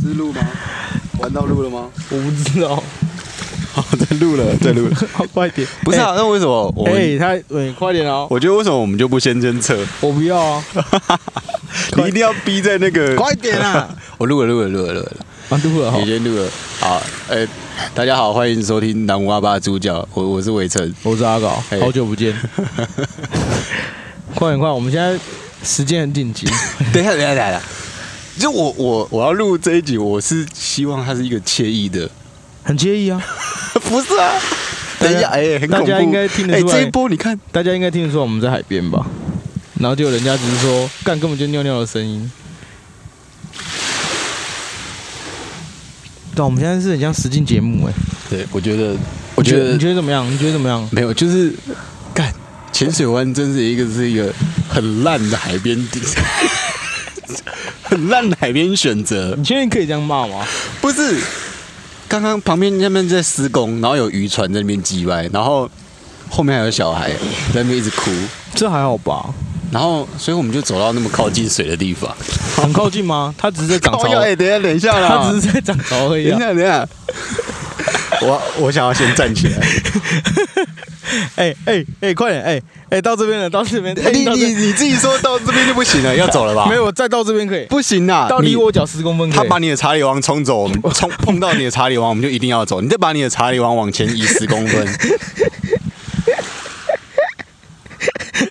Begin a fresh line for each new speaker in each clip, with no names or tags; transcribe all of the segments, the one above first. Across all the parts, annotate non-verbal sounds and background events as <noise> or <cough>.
这是录吗？玩到录了吗？
我不知道，
好， <laughs> 在录了，在录了。
<laughs> 快点！
不是啊，那为什么我
哎、
们？
哎他哎，快点哦！
我觉得为什么我们就不先侦测？
我不要啊！
你一定要逼在那个。
快点啊！
<laughs> 我录了，录了，录了，录了。
啊，录了哦
你先录了。好，哎、大家好，欢迎收听《南无阿爸主角》，我我是伟成。
我是阿搞，
哎
好久不 <laughs> 见！快点快点，我们现在时间很紧急。
等一下，等一下，等一下等一下。就我我我要录这一集，我是希望它是一个惬意的，
很介意啊！
不是啊？等一下，哎、很恐怖。
大家应该听得
哎、
出来
这一波你看，
大家应该听得出来我们在海边吧？然后就有人家只是说，干根本就尿尿的声音。对啊，我们现在是很像实境节目哎、
对我觉得，我
我
觉得
你觉得怎么样？你觉得怎么样？
没有，就是干浅水湾真是一个是一个很烂的海边地， <laughs> 很烂的海边选择。
你确定可以这样骂吗？
不是，刚刚旁边那边在施工，然后有渔船在那边挤歪，然后后面还有小孩在那边一直哭，
这还好 <laughs> 吧？
然后所以我们就走到那么靠近水的地方。
很靠近吗？它只是在涨潮
<laughs> 哦，哟哎、等一下，等一下啦，
它只是在涨潮而已、
等一
啊。
下，等一下。我我想要先站起来，
<laughs> 哎哎哎，快点！哎、哎、到这边了，到这边，哎
<laughs> 你
到这
你你自己说到这边就不行
<laughs>
了，要走了吧？
没有，我再到这边可以，
不行啦，
<laughs> 到
你
离我脚十公分可以。
他把你的查理王冲走，我们 <laughs> 冲碰到你的查理王，我们就一定要走。你再把你的查理王往前移十公
<laughs>
分，
<laughs>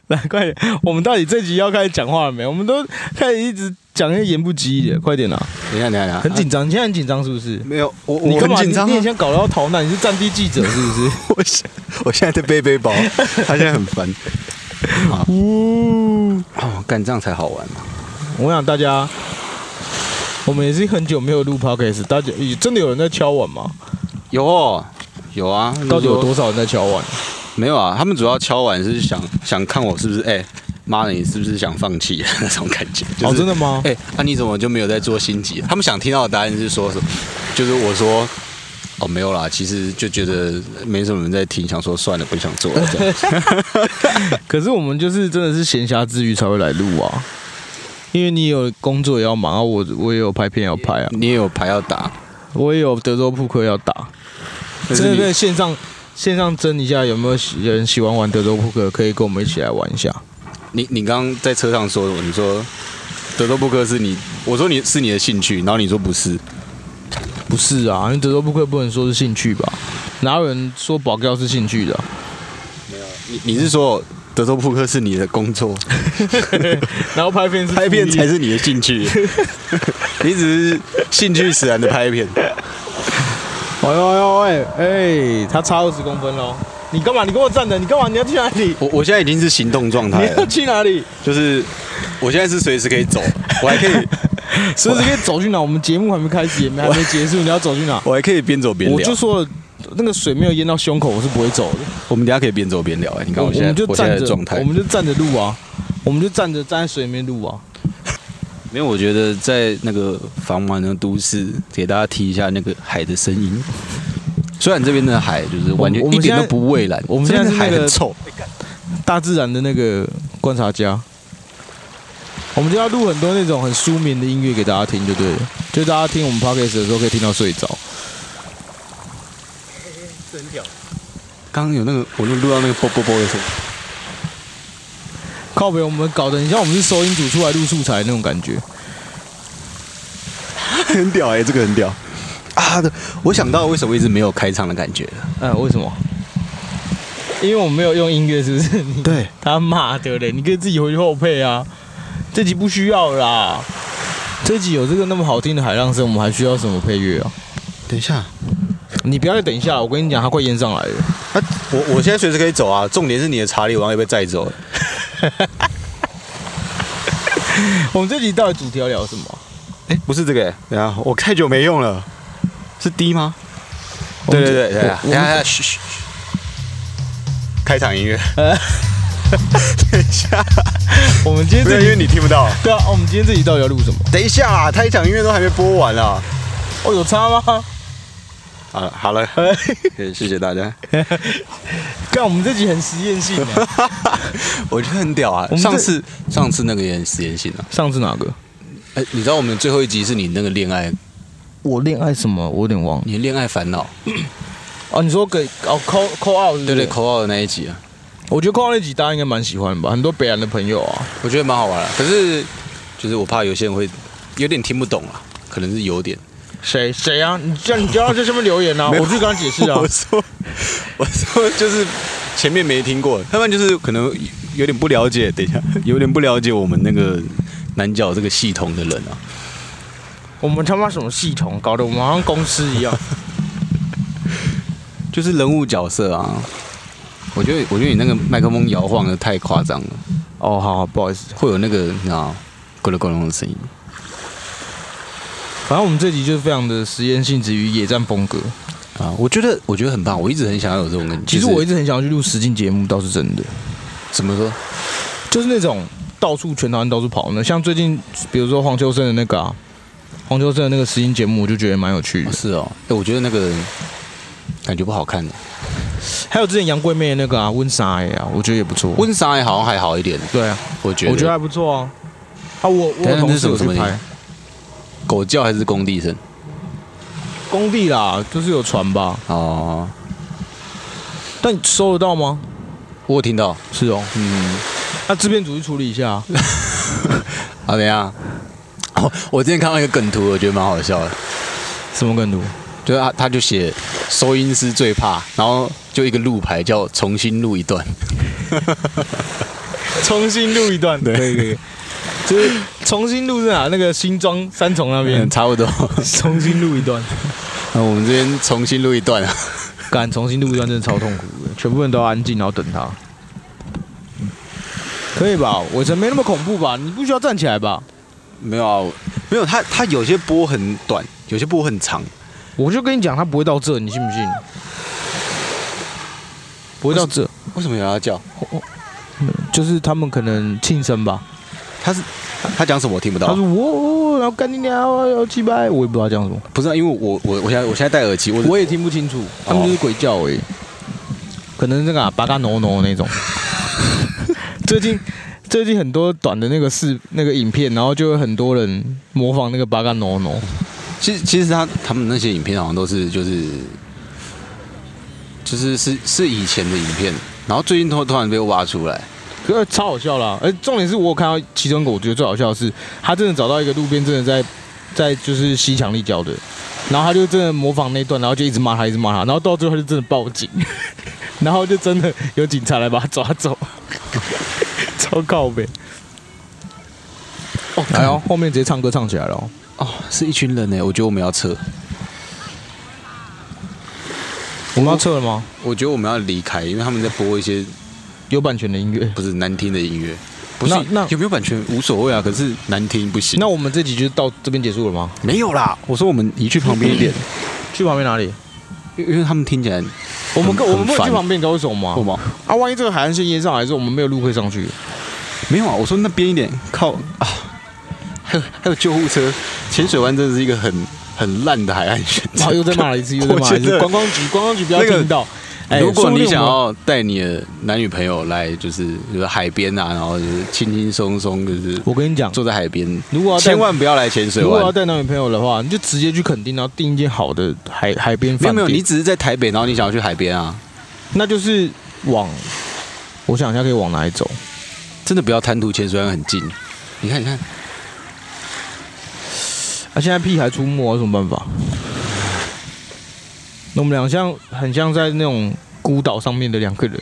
来，快点！我们到底这集要开始讲话了没？我们都开始一直讲一些言不及义的，快点啊！
等一下，等一下，等一下
很紧张，你现在很紧张是不是？
没有，我
你
我很
干嘛？
紧张啊
你你，很像搞得要逃难，你是战地记者是不是？
<laughs> 我现我现在在背背包，他现在很烦。啊
<laughs> 呜！
哦，干这样才好玩嘛！
我想大家，我们也是很久没有录 podcast，大家真的有人在敲碗吗？
有哦，有啊，
到底
就
有
是
多少人在敲
说
碗？
没有啊？他们主要敲碗是想想看我是不是哎。妈的，你是不是想放弃 <laughs> 那种感觉？就
哦，
是
真的吗？
哎、那、你怎么就没有在做心急？他们想听到的答案是说什么？就是我说，哦，没有啦，其实就觉得没什么人在听，想说算了，不想做了。这样 <laughs>
可是我们就是真的是闲暇之余才会来录啊，因为你有工作也要忙啊，我我也有拍片要拍啊，
你也有牌要打，
我也有德州扑克要打。
但
真
是
的
你
在线上线上争一下，有没有喜人喜欢玩德州扑克？可以跟我们一起来玩一下。
你你刚刚在车上说什么？你说德州扑克是你，我说你是你的兴趣，然后你说不是，
不是啊，因为德州扑克不能说是兴趣吧？哪有人说保镖是兴趣的啊、
你你是说德州扑克是你的工作，
然后拍片是
拍片才
是
是你的兴趣，你只是兴趣使然的拍片。
哎呦哎呦哎哎，他差二十公分喽！你干嘛？你跟我站着？你干嘛？你要去哪里？
我我现在已经是行动状态
你要
了，
去哪里？
就是我现在是随时可以走，我还可以
随时可以走去哪？我们节目还没开始，也没还没结束，你要走去
<laughs>
哪？
<laughs> 我还可以边走边聊。
我就说了，那个水没有淹到胸口，我是不会走的。
我们等一下可以边走边聊、哎，你看
我
我现在
们就
我现在
站
的
着
状，态
我，们就站着录啊，我们就站着站在水里面录啊。
没有，我觉得在那个繁忙的都市，给大家提一下那个海的声音。虽然这边的海就是完全
我们
一点
现在
都不蔚蓝，
我们
这边
现在
的海
是那个
很臭，
大自然的那个观察家。我们就要录很多那种很舒眠的音乐给大家听，就对了。就大家听我们 podcast 的时候可以听到睡着。
刚刚有那个我录录到那个啵啵啵的声音，
靠北，我们搞得很像我们是收音组出来录素材那种感觉。
<laughs> 很屌哎、这个很屌啊！对我想到为什么一直没有开场的感觉了。
嗯、为什么？因为我们没有用音乐，是不是？你
对，
他妈的嘞！你可以自己回去后配啊。这集不需要啦。这集有这个那么好听的海浪声，我们还需要什么配乐啊？
等一下，
你不要再等一下了，我跟你讲，它快淹上来了。
啊、我我现在随时可以走啊，重点是你的查理王也被载走了。
我们这集到底主题要聊什么？
哎、不是这个、欸，等一下我太久没用了，是 D 吗？
我
对
们
对
这
对，等一下等
我
一
我们
下，嘘嘘，嘘开场 <laughs> 音乐，等一 <laughs> 下，
我们今天
不
这
是因为
集
你听不到。
对啊，我们今天这集到底要录什么？
<laughs> 等一下啊，开场音乐都还没播完啊。
哦，有差吗？
好了好了，谢谢大 <laughs> 家。
看我们这集很实验性啊。
我觉得很屌啊
我！们这
上次 <laughs> 上次那个也很实验性啊。
上次哪个？
哎、你知道我们最后一集是你那个恋爱
我恋爱什么，我有点忘了。
你的恋爱烦恼，
哦，你说给哦扣扣二
对
对
对，，口号的那一集啊，
我觉得扣二那集大家应该蛮喜欢吧，很多北岸的朋友啊。
我觉得蛮好玩的。可是就是我怕有些人会有点听不懂啊，可能是有点。
谁谁啊？你叫你叫他在下面留言啊，我
没有
去跟他解释
<laughs>
啊
我。说，我说就是前面没听过，他们就是可能有点不了解，等一下 <laughs> 有点不了解我们那个南角这个系统的人啊。
我们他妈什么系统，搞得我们好像公司一样。
就是人物角色啊。我觉得，我觉得你那个麦克风摇晃的太夸张了，
<laughs> 哦，好好，不好意思。
会有那个你知道咕噜咕噜的声音。
反正我们这集就是非常的实验性质与野战风格。
啊，我觉得我觉得很棒，我一直很想要有这种感觉。
其实我一
直
直很想要去录实境节目，倒是真的，
怎么说？
就是那种到处全台湾到处跑呢。像最近，比如说黄秋生的那个、啊，黄秋生的那个实境节目，我就觉得蛮有趣的
哦。是哦，哎，我觉得那个感觉不好看的。
还有之前杨贵妹的那个啊，温莎哎啊，我觉得也不错。
温莎也好像还好一点，
对啊，
我觉得。
我觉得还不错啊。啊，我我
等一
有
下
同
那是
事
什么
有
什
去
么
拍
狗叫还是工地声
工地啦，就是有船吧？
哦，
但你收得到吗？
我有听到，
是哦，
嗯，
那制片组去处理一下啊。
啊，等一下。哦， <laughs> 我之前看到一个梗图，我觉得蛮好笑的，
<laughs> 什么梗图？
就是他他就写收音师最怕，然后就一个路牌叫重新录一段，
重新录一段，
对
可以可以，就是重新录是哪？那个新庄三重那边 <laughs>
嗯，，差不多。 <laughs>
重新录一段，
那我们这边重新录一段啊。 <laughs>
敢重新录一段真的超痛苦的，全部人都要安静，然后等他。可以吧？尾神没那么恐怖吧？你不需要站起来吧？
没有啊，我没有，他他有些波很短，有些波很长，
我就跟你讲，他不会到这，你信不信？不会到这，
为什么有人要叫？
就是他们可能庆生吧。
他是他他讲什么我听不
他
到
说，我，然后干你娘，哦要击败，我也不知道他讲什么，
不是、啊、因为我我我现在我现在戴耳机，我哦
我也听不清楚，他们就是鬼叫而已，可能是那个啊巴嘎挪挪那种。 <laughs> 最近最近很多短的那个视那个影片，然后就有很多人模仿那个巴嘎挪挪，
其实其实他他们那些影片好像都是就是就是是是以前的影片，然后最近突突然被挖出来，
可是超好笑啦。而重点是我有看到其中一个，我觉得最好笑的是，他真的找到一个路边真的在在就是吸强力胶的，然后他就真的模仿那段，然后就一直骂他，一直骂他，然后到最后他就真的报警， <laughs> 然后就真的有警察来把他抓走， <laughs> 超靠北。哦，哎呦，后面直接唱歌唱起来了、哦。
哦，是一群人呢，我觉得我们要撤，
我们要撤了吗？
我觉得我们要离开，因为他们在播一些
有版权的音乐。
不是难听的音乐，不是
那那
有没有版权无所谓啊，可是难听不行。
那我们这集就到这边结束了吗？
没有啦，我说我们移去旁边一点，
<laughs> 去旁边哪里？
因为因为他们听起来
我们
很
跟我们不
很
能
烦
去旁边，你知道为什么吗？
好吗？
啊，万一这个海岸线淹上来之后，我们没有路可以上去。
没有啊，我说那边一点靠啊， <laughs> 还有还有救护车，浅水湾真的是一个很很烂的海岸选
然后
择。
<laughs> 哦又再
<laughs>
骂了一 <laughs> 次，又再骂了一
我觉
次。
得
观光局，观光局不要
那个
听到。哎
如
说
果
不
你
定
想
我们
要带你的男女朋友来，就是就是海边啊，然后就是轻轻松松，就是
我跟你讲，
坐在海边，
如果要带
千万不要来浅水
如果要
湾。
带男女朋友的话，你就直接去垦丁，然后订一间好的海海边
没有
饭
没有，你
店，
只是在台北，然后你想要去海边啊，
那就是往，我想一下可以往哪里走？
真的不要贪图浅水湾很近。你看你看，
啊，现在屁孩出没，有什么办法？那我们俩像很像在那种孤岛上面的两个人，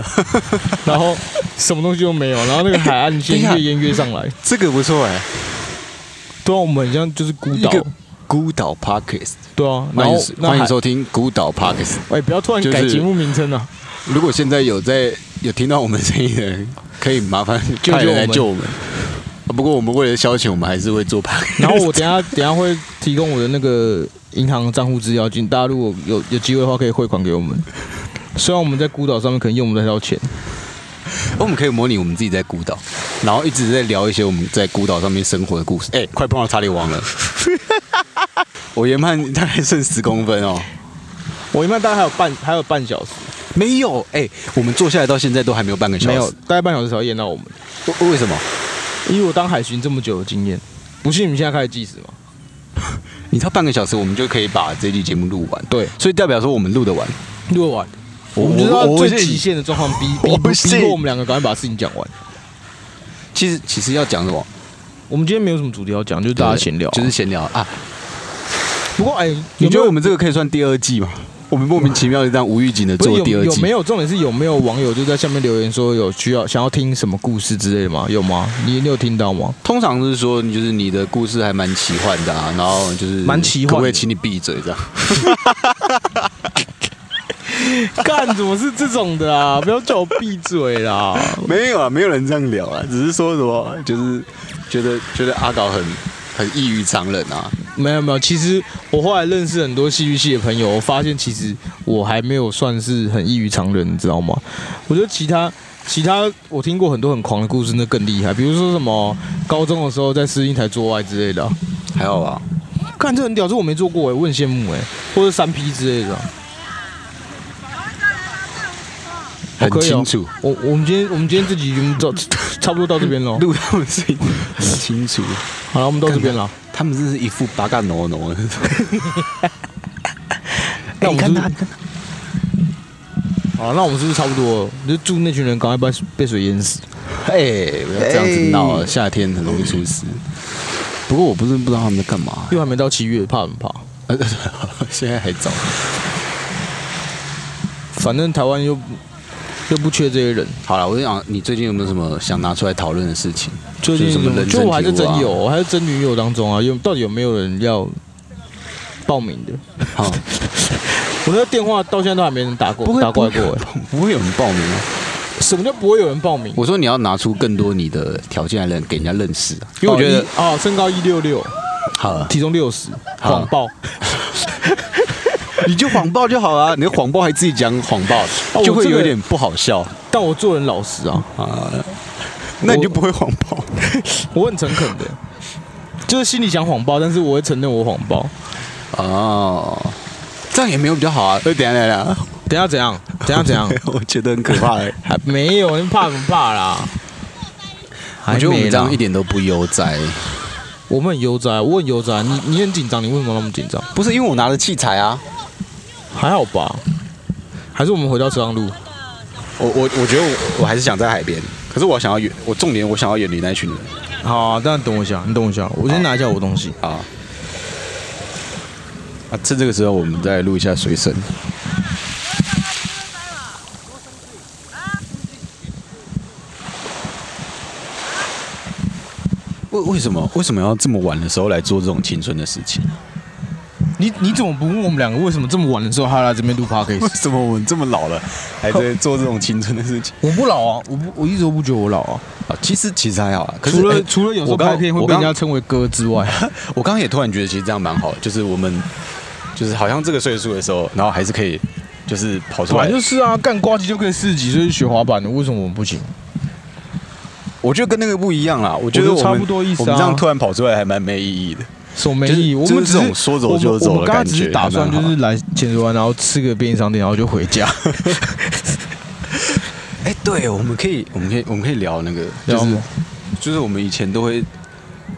<laughs> 然后什么东西都没有，然后那个海岸线
哎等
越
一下
淹越上来，
这个不错哎、
对啊，我们很像就是孤
一
岛
个，孤岛 Parkes，
对啊，然
欢
后
迎
那
欢
海
迎收听孤岛 Parkes。
哎、不要突然
就是
改节目名称啊！
如果现在有在有听到我们声音的人，可以麻 <laughs> 烦
救救
派人来
我们
救我们。啊不过我们为了消遣，我们还是会做 <laughs> p a
然后我等一下等一下会提供我的那个银行账户资料进，大家如果有有机会的话，可以汇款给我们。虽然我们在孤岛上面可能用不太到钱，
我们可以模拟我们自己在孤岛，然后一直在聊一些我们在孤岛上面生活的故事。哎、快碰到查理王 <laughs> 了！我研判大概剩十公分哦，
我一般大概还有半还有半小时，
没有哎、我们坐下来到现在都还没有半个小时，
没有大概半小时才会验到我们。
为为什么？
以我当海巡这么久的经验，不信你们现在开始计时吗？
你到半个小时，我们就可以把这期节目录完。
对
所以代表说我们录得完。
录完，
我
我们就是要
我
最
我
极限的状况逼逼
我不
逼
信
迫我们两个赶快把事情讲完。
其实其实要讲什么？
我们今天没有什么主题要讲，就是大家闲聊啊。
就是闲聊啊。
不过哎，
你
有没
觉
有
得我们这个可以算第二季吗？我们莫名其妙就这样无预警的
不是
做
有
第二
有
季
没，有重点是有没有网友就在下面留言说有需要想要听什么故事之类的吗？有吗？你你有听到吗？
通常是说就是你的故事还蛮奇幻的啊，然后就是
蛮奇幻的
可不可以请你闭嘴这样？
<laughs> 干怎么是这种的啊？不要叫我闭嘴啦！
没有啊，没有人这样聊啊，只是说什么就是觉得觉得阿搞很很异于常人啊，
没有没有，其实我后来认识很多戏剧系的朋友，我发现其实我还没有算是很异于常人，你知道吗？我觉得其他其他我听过很多很狂的故事，那更厉害，比如说什么高中的时候在试音台做爱之类的啊、
还好吧？
干这很屌，这我没做过哎、我很羡慕哎、或者三 P 之类的啊、
很
可以哦
清楚，
我我们今天我们今天这集已经到 <laughs> 差不多到这边了，
录他们声音很清楚，
好了，我们到这边啊哎了。
他们真是一副八嘎挪挪
<laughs>
的。
那我们
哎
是
你看
不是
他
好，那我们是不是差不多了？你就祝那群人赶快被被水淹死。
哎、不要这样子闹
哎
啊，夏天很容易出事。不过我不是不知道他们在干嘛、
又还没到七月，怕很怕。
呃 <laughs> 现在还早。
反正台湾又又不缺这些人。
好了，我就想你最近有没有什么想拿出来讨论的事情？
最近
就是什么人
就
生
我还在
体悟啊
真
<laughs>
有，我还在真女友当中啊，有到底有没有人要报名的？
好， <laughs>
我那个电话到现在都还没人打过，打过来过欸。
<laughs> 不会有人报名啊。
什么叫不会有人报名？
我说你要拿出更多你的条件来认给人家认识啊，因为我觉得
哦一啊，身高一六六，
好啊了，
体重六十，
好
谎报。
你就谎报就好啊， <laughs> 你的谎报还自己讲谎报
我，
就会
这个
有点不好笑
但我做人老实啊，
啊。那你就不会谎报。
我很诚恳的，就是心里想谎报，但是我会承认我谎报。
哦，这样也没有比较好啊。哦呃，等一下等一下，
等一下怎样？等一下怎 <laughs> 样？
<laughs> 我觉得很可怕、欸。
还没有，你怕什么怕啦？
我
还
觉得我
没
们
啦
这样一点都不悠哉，
我们很悠哉，啊我很悠哉。你你很紧张，你为什么那么紧张？
不是因为我拿了器材啊。
还好吧？还是我们回到车上路？
我我我觉得我我还是想在海边，可是我想要远，我重点我想要远离那一群人
好、啊，但等我一下，你等我一下，我先拿一下我东西。
啊。啊，趁这个时候我们再录一下随身。为为什么为什么要这么晚的时候来做这种青春的事情？
你你怎么不问我们两个为什么这么晚的时候还要来这边录 podcast？
什么我们这么老了还在做这种青春的事情？
<laughs> 我不老啊，我不我一直都不觉得我老啊。
啊，其实其实还好啊。可是
除了、
哎
除了有时候
我刚
拍片会
我
被人
刚
家称为哥之 <laughs> 外，
<laughs> 我刚刚也突然觉得，其实这样蛮好的，就是我们就是好像这个岁数的时候，然后还是可以就是跑出
本
来
来。就是啊，干瓜机就可以四十几岁去学滑板的，为什么我们不行？
我觉得跟那个不一样啦，我觉
我
得我
觉得
们
差不多意思
我
啊
们这样突然跑出来还蛮没意义的。
是我没
就是
意义，我
就
们
是
只
这种说走就走的
我们我们刚刚只是
感觉
打算
还蛮
就
好
是来浅水湾，然后吃个便利商店，然后就回
<laughs>
家。
哎、对，我们可以，我们可以，我们可以聊那个，
聊
就
什
是
么
就是我们以前都会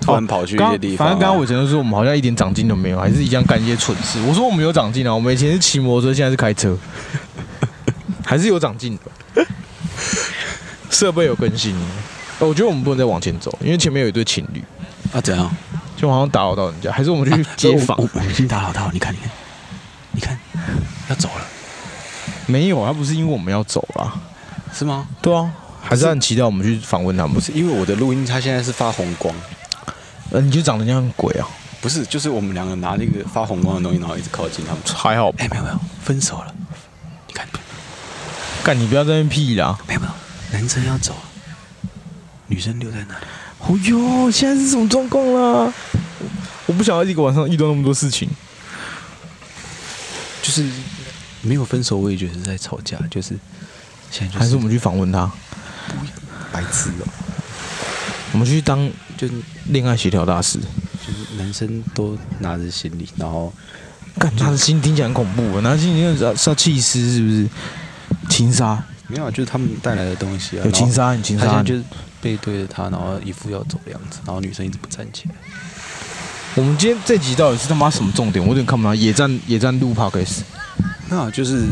突然跑去一
刚
些地方、啊
哦反正刚刚我以前就说我们好像一点长进都没有，还是一样干一些蠢事。我说我们有长进啊，我们以前是骑摩托车，现在是开车， <laughs> 还是有长进的。设备有更新，啊呃我觉得我们不能再往前走，因为前面有一对情侣，
啊怎样？啊
就好像打扰到人家，嗯还是我们去街访
我？我我已经打扰到了，你看，你看，你看，要走了
<laughs> 没有啊，不是因为我们要走啊，
是吗？
对啊，还是很期待我们去访问他们
不。是，因为我的录音它现在是发红光，
呃，你就长得像鬼啊，
不是，就是我们两个拿那个发红光的东西，然后一直靠近他们。
还好吧
哎、？没有没有，分手了。你看，
干，你不要在那边屁啦！
没有没有，男生要走了，女生留在那里。
哦哟，现在是什么状况啦？我不想要一个晚上遇到那么多事情。
就是没有分手，我也觉得是在吵架，就是现在就是
还是我们去访问他，
白痴哦、
我们去当
就是
恋爱协调大师。
就是男生都拿着行李，然后
干他的心听起来很恐怖，啊他的心情是要是要气死是不是？情杀
没有啊，就是他们带来的东西啊，
有情
然后
杀，你情
他现在，
杀
就是背对着他，然后一副要走的样子，然后女生一直不站起来。
我们今天这集到底是他妈什么重点？我有点看不懂。野战野战路 p o d c a s
那啊就是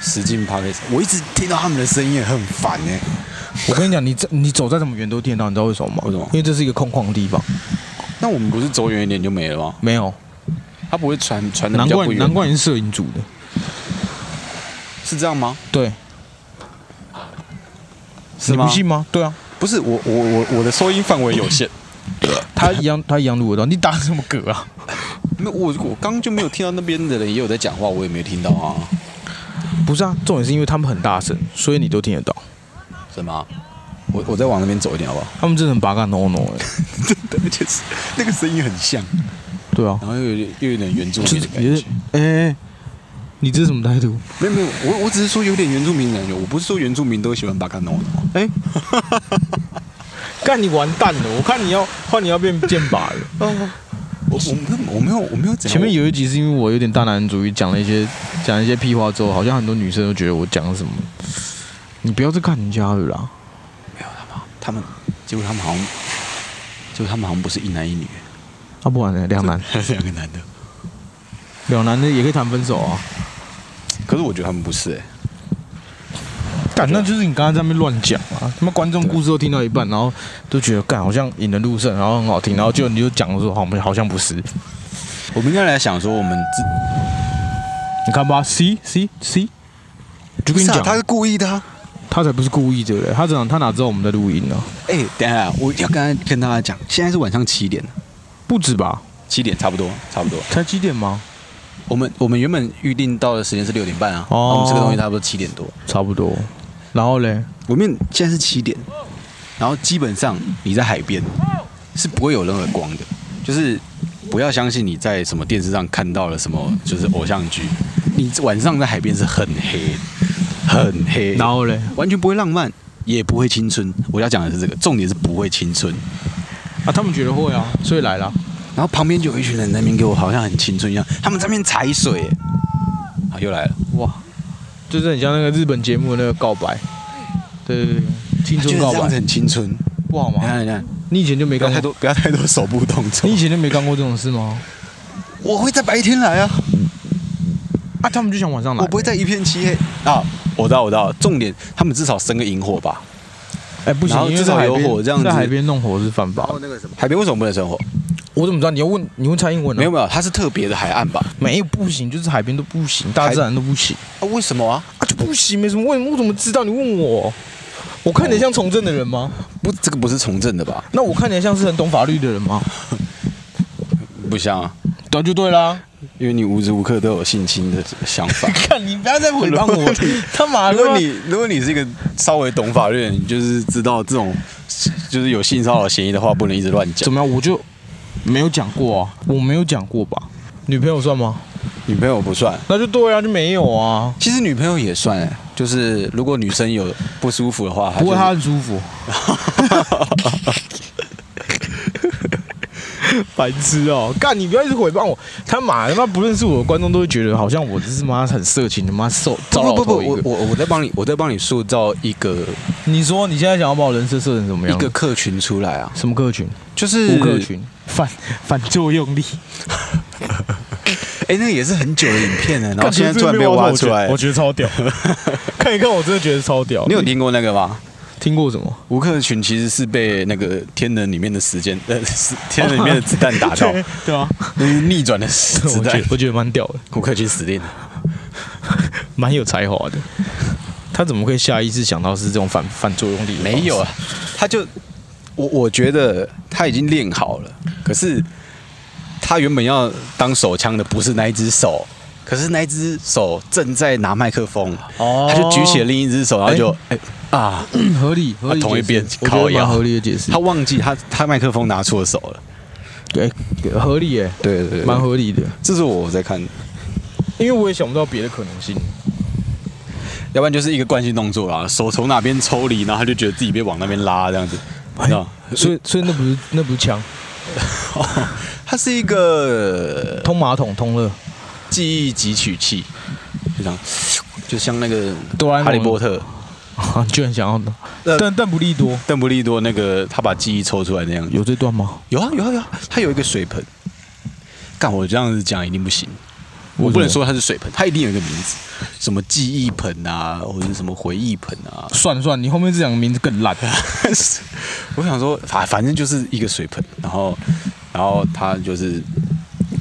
使劲 p a c 我一直听到他们的声音很烦哎、
我跟你讲，你这你走在这么远都听得到，你知道为什么吗？
为什么
因为这是一个空旷的地方，
那我们不是走远一点就没了吗？
没有。
他不会传传的
难
比较
怪
不远，
难怪你是摄影组的，
是这样吗？
对，
是
你
吗？
不信吗？对啊，
不是我我我我的收音范围有限，
他一 <laughs> 样他一样录得到。你打什么嗝啊？
<laughs> 没有我我刚就没有听到那边的人也有在讲话，我也没听到啊，
不是啊，重点是因为他们很大声，所以你都听得到。
是吗？我我再往那边走一点好不 <laughs> 好？
他们真的很拔干 no no 哎、
真的，而且是那个声音很像，
对啊，
然后又有点又有点原住
就
民
是
的感
也
觉
是。哎、你这是什么态度？
<laughs> 没有没有，我我只是说有点原住民的感觉，我不是说原住民都喜欢巴干诺的。
哎、 <laughs> 干你完蛋了！我看你要换你要变剑拔了。
我我没有我没有我哦没有怎样。
<laughs> 前面有一集是因为我有点大男人主义，讲了一些讲了一些屁话之后，好像很多女生都觉得我讲什么。你不要再看人家了啦！
没有他们他们，结果他们好像，结果他们好像不是一男一 <laughs> 女，
啊，不然呢？两男，
两个男的。
两男的也可以谈分手啊。
可是我觉得他们不是哎、
干，那就是你刚刚在那边乱讲啊！他妈观众故事都听到一半，然后都觉得干好像引人入胜，然后很好听，然后就你就讲说好，我们好像不是。你
我们应该来想说我们自
看吧，C C C，就跟你
是啊
讲，
他是故意的、啊。
他才不是故意的嘞，他怎他哪知道我们在录音呢、
哎、等一下我要跟他跟大家讲，现在是晚上七点，
不止吧？
七点差不多差不多。
才几点吗？
我们我们原本预定到的时间是六点半啊，
哦
然后我们吃个东西差不多七点多。
差不多。然后嘞，
我们现在是七点，然后基本上你在海边是不会有任何光的，就是不要相信你在什么电视上看到了什么，就是偶像剧，你晚上在海边是很黑，很黑，
然后嘞，
完全不会浪漫，也不会青春。我要讲的是这个，重点是不会青春。
啊，他们觉得会啊，所以来了。
然后旁边就有一群人在那边给我好像很青春一样，他们在那边踩水，好啊又来了，
哇，就是很像那个日本节目的那个告白，对对对，青
就是
春
这
告
样子
白，
很青春。
不好
你看
吗？
你看，
你以前就没
不要
干
太
过，
多不要太多手部动作
你以，前就没干过这种事吗？
我会在白天来啊。
啊，他们就想晚上来，
我不会在一片漆黑啊！我知道，我知道，重点他们至少生个萤火吧？
哎、不行
然，后
因为
至少
在海
有
边
火这样子
在海边弄火是犯法
然后
的。
那个什么，
海哦边为什么不能嗯生火？
我怎么知道？你要问你问蔡英文、啊？
没有没有，它是特别的海岸吧？
没有不行，就是海边都不行，大自然都不行
啊，为什么啊？
啊，就不行，没什么问我怎么知道？你问我，我看起来像从政的人吗？
不，这个不是从政的吧？
那我看起来像是很懂法律的人吗？
不像啊，
对，就对啦。。
因为你无时无刻都有性侵的想法
看，你不要再诽谤我，他妈的！
如果你如果你是一个稍微懂法律的人，你就是知道这种就是有性骚扰嫌疑的话，不能一直乱讲
怎。么样，我就没有讲过啊，我没有讲过吧？女朋友算吗？
女朋友不算，
那就对啊，就没有啊。
其实女朋友也算、欸，就是如果女生有不舒服的话，她
不过
就是
她很舒服， <laughs> 白痴哦、干，你不要一直诽谤我，他妈他妈不认识我的观众都会觉得好像我这是妈很色情，他妈受糟老
不不不，
头一
我
个。
我我在帮你，我在帮你塑造一个
你说你现在想要把我人设设成什么
一
样？
个客群出来啊，
什么客群？
就是
顾客群，反反作用力。
哎、那个也是很久的影 <laughs> 片了，然后现在突然被挖出来
我。觉得超 <laughs> 屌。看一看，我真的觉得超屌。
你有听过那个吗？
听过什么？
吴克群其实是被那个天能里面的时间，呃，是天能里面的子弹打 <laughs> 到，
<laughs> 对对啊，
那是逆转的子 <laughs>
我觉
弹
得。我觉得蛮屌的，
吴克群死定了。
蛮有才华的。他怎么会下意识想到是这种反反作用力？
没有，啊，他就我我觉得他已经练好了，可是他原本要当手枪的不是那一只手，可是那一只手正在拿麦克风，
哦
他就举起了另一只手，然后就哎、啊，
合理合理解释，
同一边
我觉
靠
得蛮
腰
合理的解释
他。忘记他他麦克风拿错手了。
对，合理耶，
对对对，
蛮合理的。
这是我在看，
因为我也想不到别的可能性。
要不然就是一个惯性动作啦，手从哪边抽离，然后他就觉得自己被往那边拉这样子，你知道？
所以所以那不是那不是枪，
它是一个
通马桶通 <laughs> 了。
记忆汲取器，就像就像那个
哆啦 A 梦
哈利波特，
啊居然想要的，
呃
但但不利多
邓布利多那个他把记忆抽出来那样，有
有这段吗？
有啊有啊有啊，他有一个水盆。干我这样子讲一定不行，我
为什
不能
么
说它是水盆，它一定有一个名字，什么记忆盆啊，或者是什么回忆盆啊。 <laughs>
算算，你后面这两个名字更烂。
我想说，反反正就是一个水盆，然后然后他就是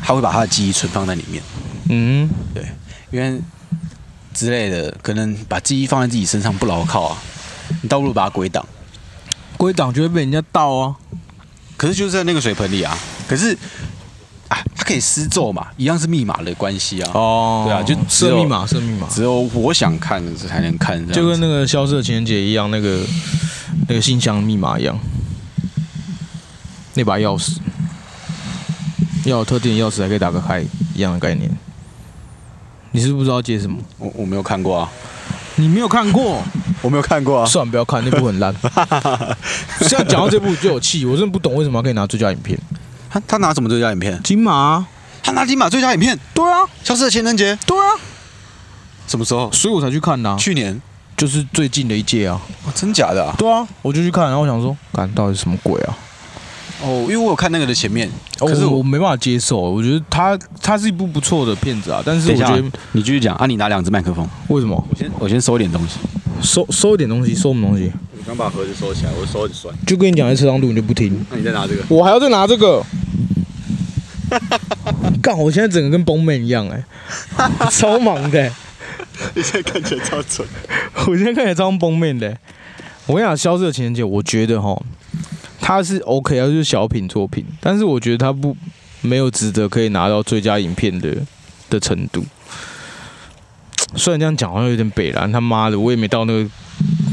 他会把他的记忆存放在里面，
嗯，
对，因为之类的，可能把记忆放在自己身上不牢靠啊，你倒不如把它归档。
归档就会被人家盗啊。
可是就是在那个水盆里啊，可是啊，它可以施咒嘛，一样是密码的关系啊。
哦
对啊就只
设
有
密码，设密码，
只有我想看才能看，这样子
就跟那个消失的情人节一样，那个那个信箱密码一样，那把钥匙要有特定的钥匙才可以打个开一样的概念。你是不是不知道接什么？
我我没有看过啊，
你没有看过，
我没有看过啊。
算了，不要看那部很烂。 <laughs> 现在讲到这部就有气，我真的不懂为什么要可以拿最佳影片。
<laughs> 他他拿什么最佳影片？
金马、啊
他拿金马最佳影片，《
对啊，
消失的情人节》
对啊，
什么时候？
所以我才去看啊呐、
去年？
就是最近的一届啊。
哦，真假的啊？
对啊，我就去看，然后我想说，看到底是什么鬼啊？
哦，因为我有看那个的前面，
哦
可是
我
我
没办法接受，我觉得它它是一部不错的片子啊，但是我觉得
你继续讲啊，你拿两只麦克风，
为什么
我先我先收一点东西。
收收一点东西，收什么东西？
你刚把盒子收起来，我手很酸。
就跟你讲在车上录你就不听，
那你再拿这个，
我还要再拿这个。 <laughs> 干，我现在整个跟崩妹一样哎、超忙的、欸，
你现在看起来超蠢。
<laughs> 我现在看起来超像崩妹的欸、我跟你讲，消失的情人节，我觉得哈，它是 OK 啊，就是小品作品，但是我觉得它不没有值得可以拿到最佳影片的的程度。虽然这样讲好像有点北然，他妈的，我也没到那个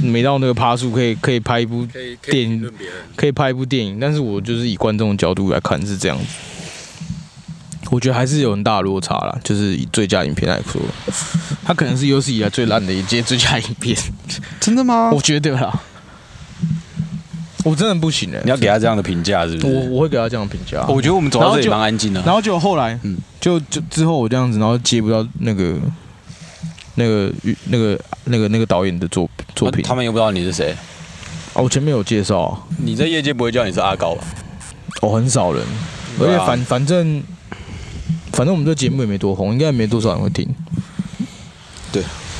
没到那个趴数，可以可以拍一部
可以
以评论
别人。
可以拍一部电影，但是我就是以观众的角度来看是这样子，我觉得还是有很大的落差啦。就是以最佳影片来说，它可能是有史以来最烂的一届最佳影片，
真的吗
我？觉得啦，哦我真的不行哎、
你要给他这样的评价是不
我
是？
我会给他这样评价，
我觉得我们走
然
到
后
这里
就
蛮安静的。
然后就后来，
嗯
就就之后我这样子，然后接不到那个那个那个那个那个导演的作作品，
他们又不知道你是谁。
啊，我前面有介绍啊、
你在业界不会叫你是阿高吧？
哦，很少人，而
对
且
啊
反反正反正我们这节目也没多红，应该也没多少人会听。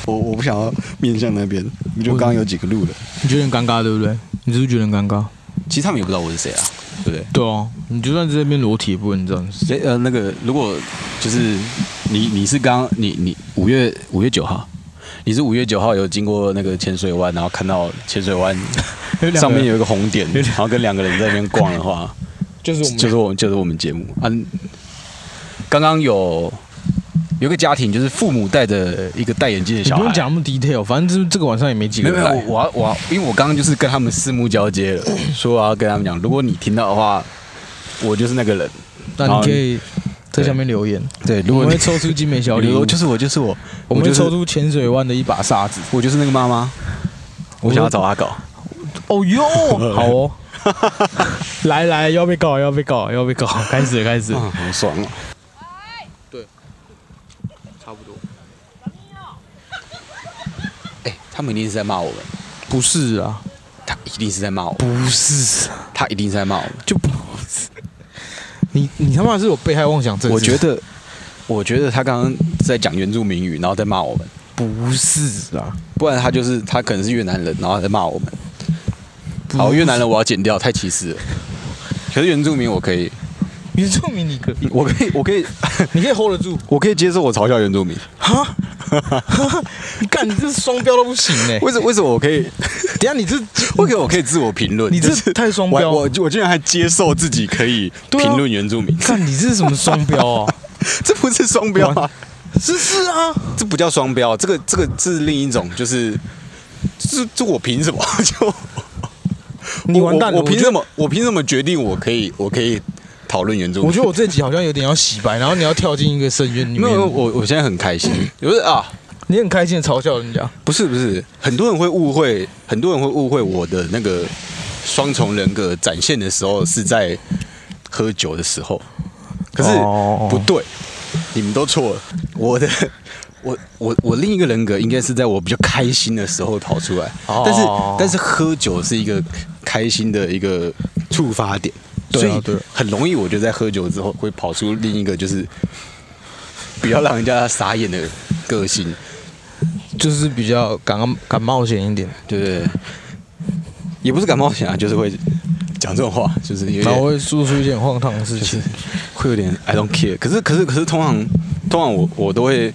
我我不想要面向那边，你就
为什么
刚刚有几个路了，
你觉得很尴尬，对不对？你是不是觉得很尴尬？
其实他们也不知道我是谁啊，对不对？
对啊，你就算在那边裸体，也不能这样子。
谁呃那个，如果就是你你是刚你你五月五月九号，你是五月九号有经过那个浅水湾，然后看到浅
<laughs>
水湾上面有一个红点，然后跟两个人在那边逛的话，
就是我们
就是我们就是我们节目啊。刚刚有有一个家庭，就是父母带着一个戴眼镜的
你
小
不用
孩。
讲那么 detail，反正这这个晚上也没几
没
个
有没
人
有
来。，
我要我要因为我刚刚就是跟他们四目交接 <laughs> 了，说我要跟他们讲，如果你听到的话，我就是那个人。
那你可以在下面留言，
对，如
我
果
们
你
会抽出精美小礼
比如
物，
说 <laughs> 就是我，就是我，
我们会
就是
抽出浅水湾的一把沙子。
我就是那个妈妈，我想要找阿搞。<laughs>
哦哟，好哦，来来，要被告，要被告，
<laughs>
要被告，开始了开始了。
嗯，好爽哦！
差不多。
哎，他们一定是在骂我们，
不是啊，
他一定是在骂我们，
不是啊。
他一定是在骂我们。
就不你你他妈是有被害妄想症？
我觉得，我觉得他刚刚在讲原住民语，然后在骂我们，
不是啊，
不然他就是他可能是越南人，然后在骂我们。好，越南人我要剪掉，太歧视了。可是原住民我可以，
原住民你可
我可以，我可以，
你可以 hold 得住
我可以接受我嘲笑原住民。
哈？ <laughs> 你干你这双标都不行哎、
为什为什么我可以？
等一下你这 <laughs>
为什么我可以自我评论？
你这
就是
太双标
我我我竟然还接受自己可以
对啊
评论原住
<laughs>
民，
干你这是什么双标
<laughs>
啊？
这不是双标啊！
是是啊，
这不叫双标，这个这个是另一种，就是这这我凭什么？ <laughs> 就
你完蛋了！
我我凭
觉
什
得？
么？我凭什么决定我可以我可以讨论原著？
我觉得我这集好像有点要洗白，然后你要跳进一个深渊里
没有，
面
没有，我我现在很开心，就是啊，
你很开心的嘲笑人家。
不是不是，很多人会误会，很多人会误会我的那个双重人格展现的时候是在喝酒的时候，可是
哦
不对，你们都错了，我的 <laughs> 我我我另一个人格应该是在我比较开心的时候跑出来，
哦
但是但是喝酒是一个开心的一个触发点，
对啊
所
对
以
啊
很容易我就在喝酒之后会跑出另一个就是比较让人家傻眼的个性，
就是比较敢敢冒险一点。
对不对？ <laughs> 也不是感冒险啊，就是会讲这种话，就是有
然后
点
会做出一件荒唐的事情。
会有点 I don't care。可是可是可是，通常通常我我都会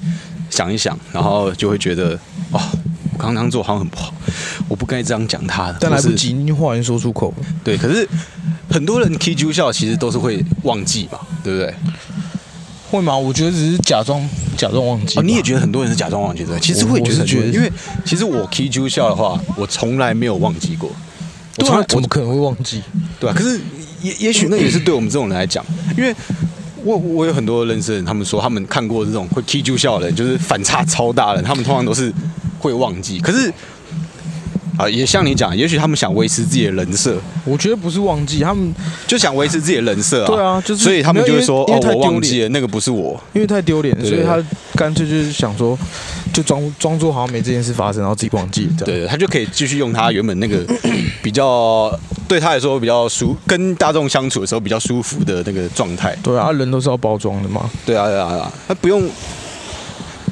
想一想，然后就会觉得哦，我刚刚做好像很不好，我不该这样讲他的。
但来不
或是
及，你话已经说出口了。
对，可是很多人 K 住笑其实都是会忘记嘛，对不对？
会吗？我觉得只是假装假装忘记吧。
哦，你也觉得很多人是假装忘记的，其实
我
我也觉得
我
很
是
多人，
觉
因
得
为其实我 K 住笑的话，我从来没有忘记过。我
对
从
啊
来，
怎么可能会忘记？
对啊，可是也也许那也是对我们这种人来讲，因为我我有很多认识的人，他们说他们看过这种会 K 住笑的人，就是反差超大的人，他们通常都是会忘记。可是啊，也像你讲，也许他们想维持自己的人设，
我觉得不是忘记，他们
就想维持自己的人设啊。
对啊就是
所以他们就会说
没
哦
有因为因为，太
我
丢
忘记了，那个不是我。
因为太丢脸，
对
所
对
以
对
他干脆就是想说，就装装作好像没这件事发生，然后自己忘记了这样。
对，他就可以继续用他原本那个比较对他来说比较舒，跟大众相处的时候比较舒服的那个状态。
对啊，人都是要包装的嘛。
对啊，对啊，对啊，他不用，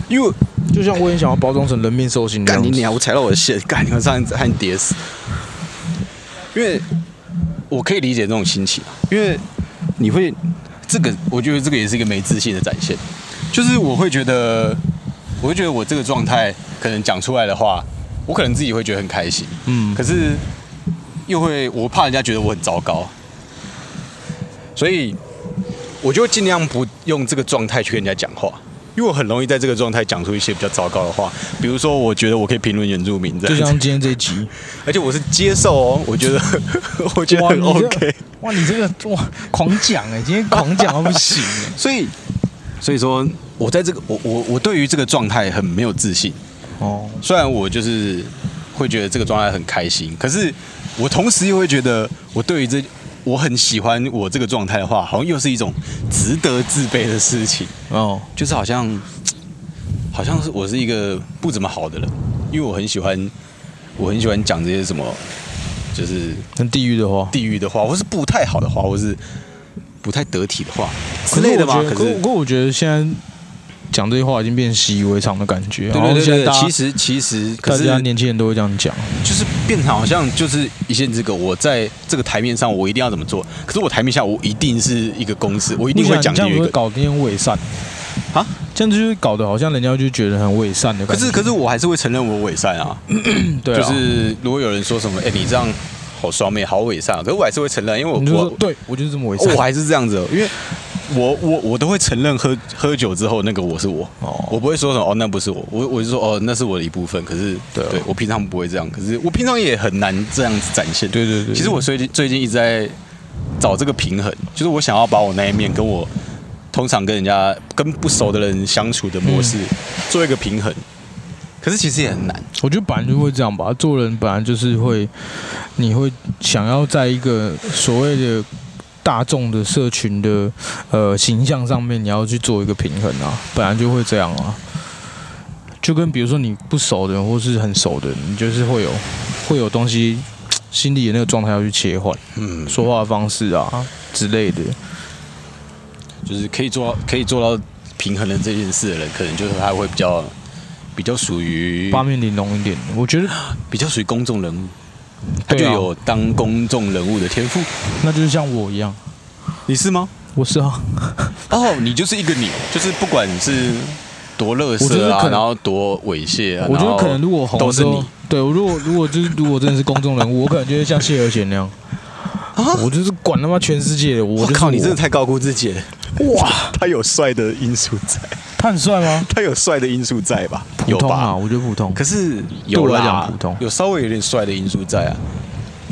因为
就像我也想要包装成人面兽心的
干
样
你
子。
娘！我踩到我的线，干你们上汉跌死。因为我可以理解这种心情啊，因为你会这个，我觉得这个也是一个没自信的展现。就是我会觉得，我会觉得我这个状态可能讲出来的话，我可能自己会觉得很开心，
嗯
可是又会我怕人家觉得我很糟糕，所以我就尽量不用这个状态去跟人家讲话，因为我很容易在这个状态讲出一些比较糟糕的话，比如说我觉得我可以评论原住民这
就
样子，
像今天这一集，
而且我是接受哦，我觉得 <laughs> 我觉得
<laughs> 哇，
很
你这
OK，
哇，你这个哇，狂讲哎，今天狂讲到不行哎。
所以所以说我在这个我我我对于这个状态很没有自信，
<laughs> 哦，
虽然我就是会觉得这个状态很开心，可是我同时又会觉得我对于这我很喜欢我这个状态的话，好像又是一种值得自卑的事情，
哦，
就是好像好像是我是一个不怎么好的人，因为我很喜欢我很喜欢讲这些什么就是
很地狱的话。
地狱的话，或是不太好的话，或是不太得体的话之类的嘛。可
可是我觉得
是
可可我觉得现在讲这些话已经变习以为常的感觉。
对
好像
对
现在
对
大
对，
家
其实其实可
大
是
家年轻人都会这样讲。
就是变成好像就是一线之隔。我在这个台面上，我一定要怎么做？可是我台面下，我一定是一个公司，我一
一
定会讲
这
地
样
狱
子会
梗。
搞天伪善
啊，
这样就是搞得好像人家就觉得很伪善的
可
感觉。
是可是我还是会承认我伪善啊，
是对啊，
就是如果有人说什么，哎、你这样好双妹，好伪善啊、可是我还是会承认，因为我
你就
我
说对我就是这么伪
我
善。
还是这样子哦，因为我我我都会承认喝喝酒之后那个我是我，
哦
我不会说什么哦那不是我，我我就说哦那是我的一部分，可是
对啊
我平常不会这样，可是我平常也很难这样子展现。
对对对
其实我最近最近一直在找这个平衡，就是我想要把我那一面跟我通常跟人家跟不熟的人相处的模式、
嗯
做一个平衡，可是其实也很难。
我觉得本来就会这样吧，做人本来就是会，你会想要在一个所谓的大众的社群的呃形象上面，你要去做一个平衡啊，本来就会这样啊。就跟比如说你不熟的人或是很熟的人，你就是会有会有东西心里的那个状态要去切换，
嗯，
说话的方式啊之类的。
就是可以做到可以做到平衡的这件事的人，可能就是他会比较比较属于
八面玲珑一点，我觉得
比较属于公众人物，他就
对啊
有当公众人物的天赋。
那就是像我一样，
你是吗？
我是啊，
哦，你就是一个你，就是不管是多乐
我觉
色
得可
啊，
能
然后多猥亵啊，
我觉
然
得
后
可能如果红
都
的时
是
候
你，，
对我如果如果就是如果真的是公众人物，我可能就会像谢和弦那样，我就是管他妈全世界的，我
啊我
就是
靠，你
我
真的太高估自己了。哇， <laughs> 他有帅的因素在，
他很帅吗？
他有帅的因素在吧？
普
有
通啊，
吧？
我觉得普通。
可是
对
有
我来
啦，
讲普通
有稍微有点帅的因素在啊。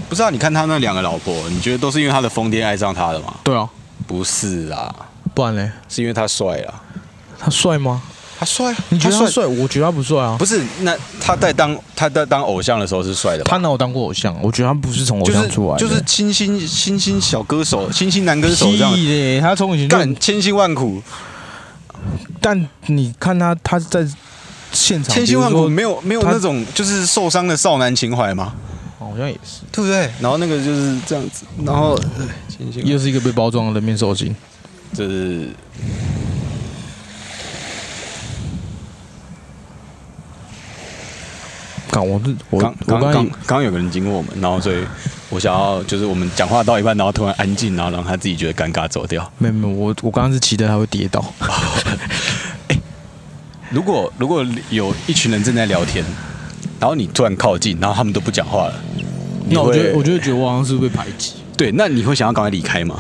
不知道、你看他那两个老婆，你觉得都是因为他的疯癫爱上他的吗？
对啊，
不是啦，
不然嘞，
是因为他帅啦。
他帅吗？
他帅啊，
你觉得他帅？我觉得他不帅啊
不。是，那他在当他在当偶像的时候是帅的吧，
他哪有当过偶像？我觉得他不是从偶
就
像
是
出来的，
就是清新清新小歌手、清新男歌手这样，
屁嘞，他从以前就
干千辛万苦。
但你看他，他在现场，
千辛万
比如
苦
说
没有没有
他
那种就是受伤的少男情怀嘛，
好像也是，
对不对？然后那个就是这样子，然后哎千辛
又是一个被包装的人面兽心。
就是
看我是我
刚
我
刚刚
刚
刚刚有个人经过我们，然后所以我想要就是我们讲话到一半，然后突然安静，然后让他自己觉得尴尬走掉。
没有没有，我我刚刚是期待他会跌倒。
如果如果有一群人正在聊天，然后你突然靠近，然后他们都不讲话了，你
<laughs> 那我
会
觉得我就会觉得我好像是被排挤。
对，那你会想要赶快离开吗？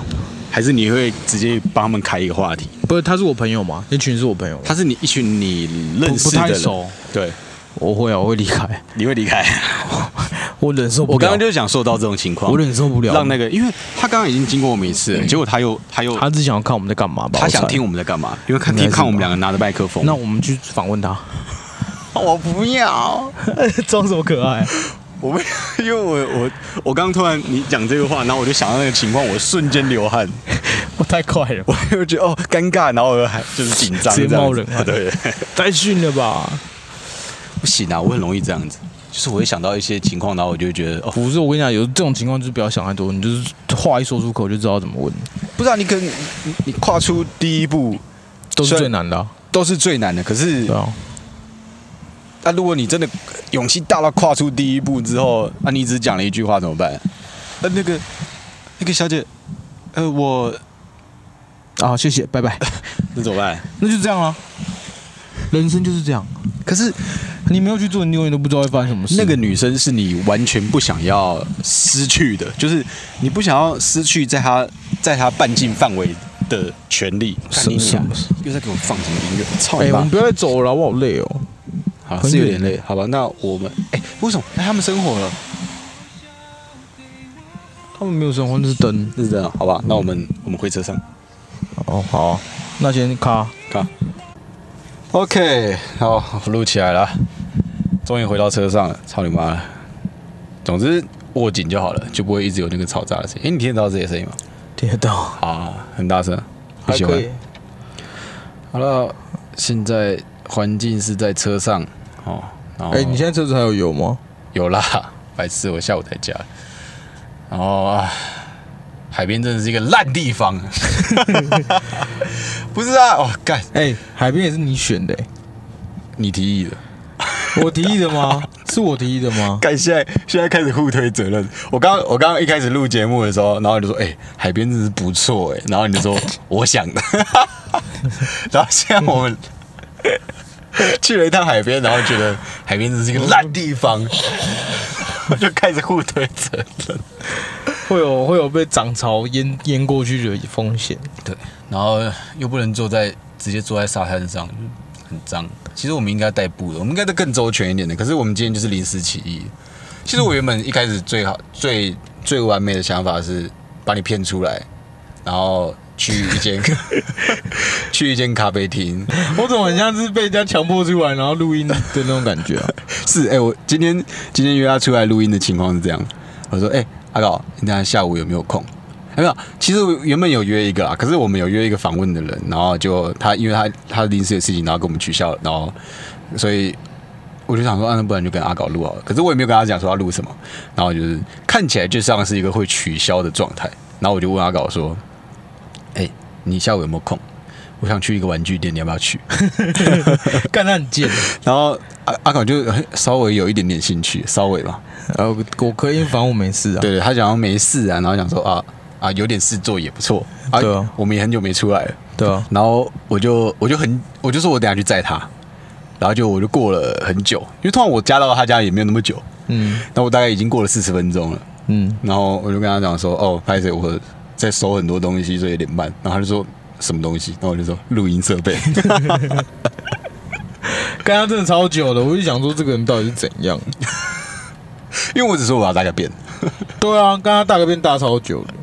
还是你会直接帮他们开一个话题？
不是，他是我朋友嘛，那群是我朋友，
他是你一群你认
不
识的
太
人，
熟，
对，
我会啊，我会离开， <laughs>
你会离开。
我忍受不了。
我刚刚就想说到这种情况，
我忍受不了，
让那个，因为他刚刚已经经过我们一次了，结果他又嗯他又
他只想要看我们在干嘛吧？
他
我
想
猜
听。我们在干嘛？因为看
应该
听
是
看我们
吧
两个拿着麦克风，
那我们去访问他，
我不要，
<laughs> 装什么可爱？啊
我不要，因为我我我刚刚突然你讲这个话，然后我就想到那个情况，我瞬间流汗， <laughs>
我太快了，
我又觉得哦尴尬，然后我又还就是紧张，
直接
这样
冒
子
冷
<laughs>
汗
对，
太逊了吧？
不行啊，我很容易这样子，就是我会想到一些情况，然后我就会觉得哦，
不是，我跟你讲，有这种情况就是不要想太多，你就是话一说出口就知道怎么问，
不知啊道你可能你你跨出第一步
都是
虽然
最难的啊、
都是最难的，可是
对啊，
那、如果你真的勇气大到跨出第一步之后，那、你只讲了一句话怎么办？呃，那个那个小姐，呃，我
啊，谢谢，拜 <laughs> 拜。
那怎么办？
那就这样啊，人生就是这样，
可是
你没有去做，你永远都不知道会发生什么事。
那个女生是你完全不想要失去的，就是你不想要失去在她在她半径范围的权利。
什
干你
什么
娘啊又在给我放什么音乐？操
哎、
你
我
妈！
们不要再走了，我好累哦。
好
很
是有
远
点累，好吧？那我们哎、为什么？那、他们生活了，
他们没有生活，那是灯。
是这样，好吧？那我们我们回车上。
哦，好啊、那先卡。
看。OK，好，我录起来了，终于回到车上了，操你妈了！总之握紧就好了，就不会一直有那个嘈杂的声音。哎、你听得到这些声音吗？
跌倒，
好，啊很大声，不喜欢。好了，现在环境是在车上哦，然后
哎、你现在车子还有油吗？
有啦， <laughs> 白痴，我下午在家，然后啊，海边真的是一个烂地
<laughs>
方， <laughs> 不是啊，哦，干，
哎、海边也是你选的、
你提议的。
我提议的 <laughs> 吗？是我提议的吗？
看现在现在开始互推责任。我刚我刚刚一开始录节目的时候，然后你就说：“哎、海边真是不错哎。”然后你就说：“我想的。” <laughs> 然后现在我们去了一趟海边，然后觉得海边真是一个烂地方， <laughs> 我就开始互推责任。
会有会有被涨潮淹淹过去的风险。
对，然后又不能坐在直接坐在沙滩上，就很脏。其实我们应该带布的，我们应该都更周全一点的。可是我们今天就是临时起意。其实我原本一开始最好、最最完美的想法是把你骗出来，然后去一间 <laughs> 去一间咖啡厅。
我怎么很像是被人家强迫出来然后录音的那种感觉啊？
是，哎、我今天今天约他出来录音的情况是这样，我说，哎、阿搞，你等下下午有没有空？哎没有，其实我原本有约一个啊，可是我们有约一个访问的人，然后就他因为他他临时有事情，然后给我们取消了，然后所以我就想说，啊，那不然就跟阿搞录好了。可是我也没有跟他讲说要录什么，然后就是看起来就像是一个会取消的状态，然后我就问阿搞说，哎、你下午有没有空？我想去一个玩具店，你要不要去？
<laughs> 干他很贱。
然后阿阿搞就哎稍微有一点点兴趣，稍微吧。
呃，我可以，反正我没事啊。
对对，他想要没事啊，然后想说啊啊有点事做也不错啊。
对啊
我们也很久没出来了，
对啊，
然后我就我就很我就说我等下去载他，然后就我就过了很久，因为通常我加到他家也没有那么久，
嗯
那我大概已经过了四十分钟了，
嗯，
然后我就跟他讲说哦，拍谁我在收很多东西，所以有点慢，然后他就说。什么东西？然后我就说录音设备， <laughs>
干他真的超久了，我就想说这个人到底是怎样？
因为我只说我要大概变，
对啊，刚刚大个便大超久的，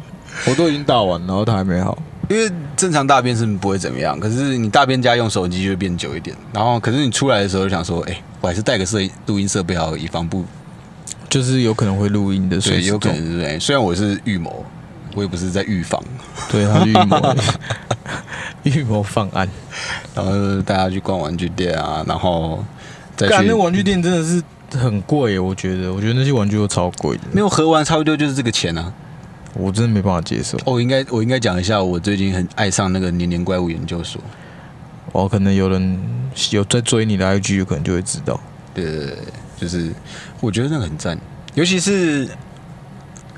我都已经大完，然后他还没好。
因为正常大便是不会怎么样，可是你大便加用手机就会变久一点。然后，可是你出来的时候就想说，哎、我还是带个摄录音设备好了，以防不
就是有可能会录音的，所
对，
以
有可能是哎、虽然我是预谋，我也不是在预防。
<laughs> 对他是预谋的。预谋犯案。
然后大家去逛玩具店啊，然后再
干，
去
那玩具店真的是很贵耶，我觉得，我觉得那些玩具都超贵的，
没有合完，差不多就是这个钱啊。
我真的没办法接受。
哦，应该我应该讲一下，我最近很爱上那个年年怪物研究所。
哦，可能有人有在追你的 IG，可能就会知道。
对对对，就是我觉得那个很赞，尤其是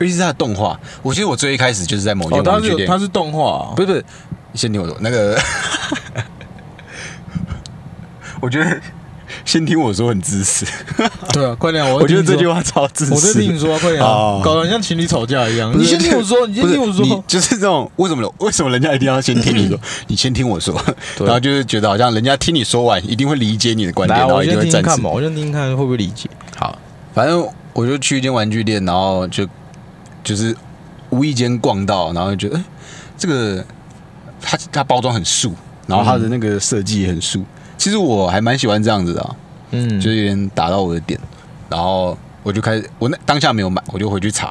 尤其是它的动画。我记得我最一开始就是在某
哦
间，
它
玩
是
具
有
店，
它是动画、啊，
不是不是，先听我说那个， <laughs> 我觉得先听我说很自私，
对啊，快点啊，我
我觉得这句
话，
话超自私。
我在听你说啊，快点啊
哦，
搞得很像情侣吵架一样。
不
你
是
先听我说，你先
不是
听我说
你，就是这种为什么为什么人家一定要先听
<laughs>
你说，你先听我说，
对
然后就是觉得好像人家听你说完一定会理解你的观点，
来，
然后
我
一定
先
会
听
赞
听
成
看。嘛，我先听听看会不会理解。
好，反正我就去一间玩具店，然后就就是无意间逛到，然后就觉得、诶这个它它包装很素，然后它的那个设计也很素。其实我还蛮喜欢这样子的、啊，
嗯，
就是有点打到我的点，然后我就开始，我那当下没有买，我就回去查，